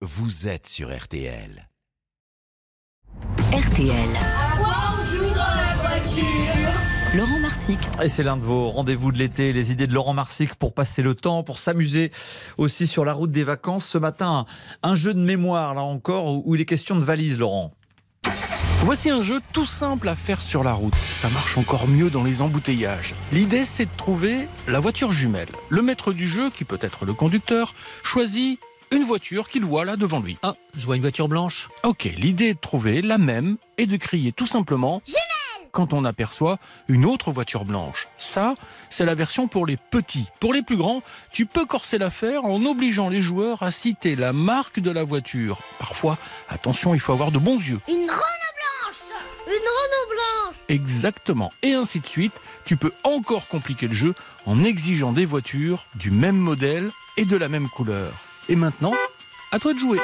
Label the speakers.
Speaker 1: Vous êtes sur RTL.
Speaker 2: RTL.
Speaker 3: voiture.
Speaker 2: Laurent Marsic.
Speaker 4: Et c'est l'un de vos rendez-vous de l'été, les idées de Laurent Marsic pour passer le temps, pour s'amuser aussi sur la route des vacances. Ce matin, un jeu de mémoire, là encore, où il est question de valise, Laurent.
Speaker 5: Voici un jeu tout simple à faire sur la route. Ça marche encore mieux dans les embouteillages. L'idée, c'est de trouver la voiture jumelle. Le maître du jeu, qui peut être le conducteur, choisit une voiture qu'il voit là devant lui.
Speaker 6: Ah, je vois une voiture blanche.
Speaker 5: Ok, l'idée est de trouver la même et de crier tout simplement Jumelle quand on aperçoit une autre voiture blanche. Ça, c'est la version pour les petits. Pour les plus grands, tu peux corser l'affaire en obligeant les joueurs à citer la marque de la voiture. Parfois, attention, il faut avoir de bons yeux.
Speaker 3: Une Renault blanche. Une Renault blanche.
Speaker 5: Exactement. Et ainsi de suite, tu peux encore compliquer le jeu en exigeant des voitures du même modèle et de la même couleur. Et maintenant, à toi de jouer.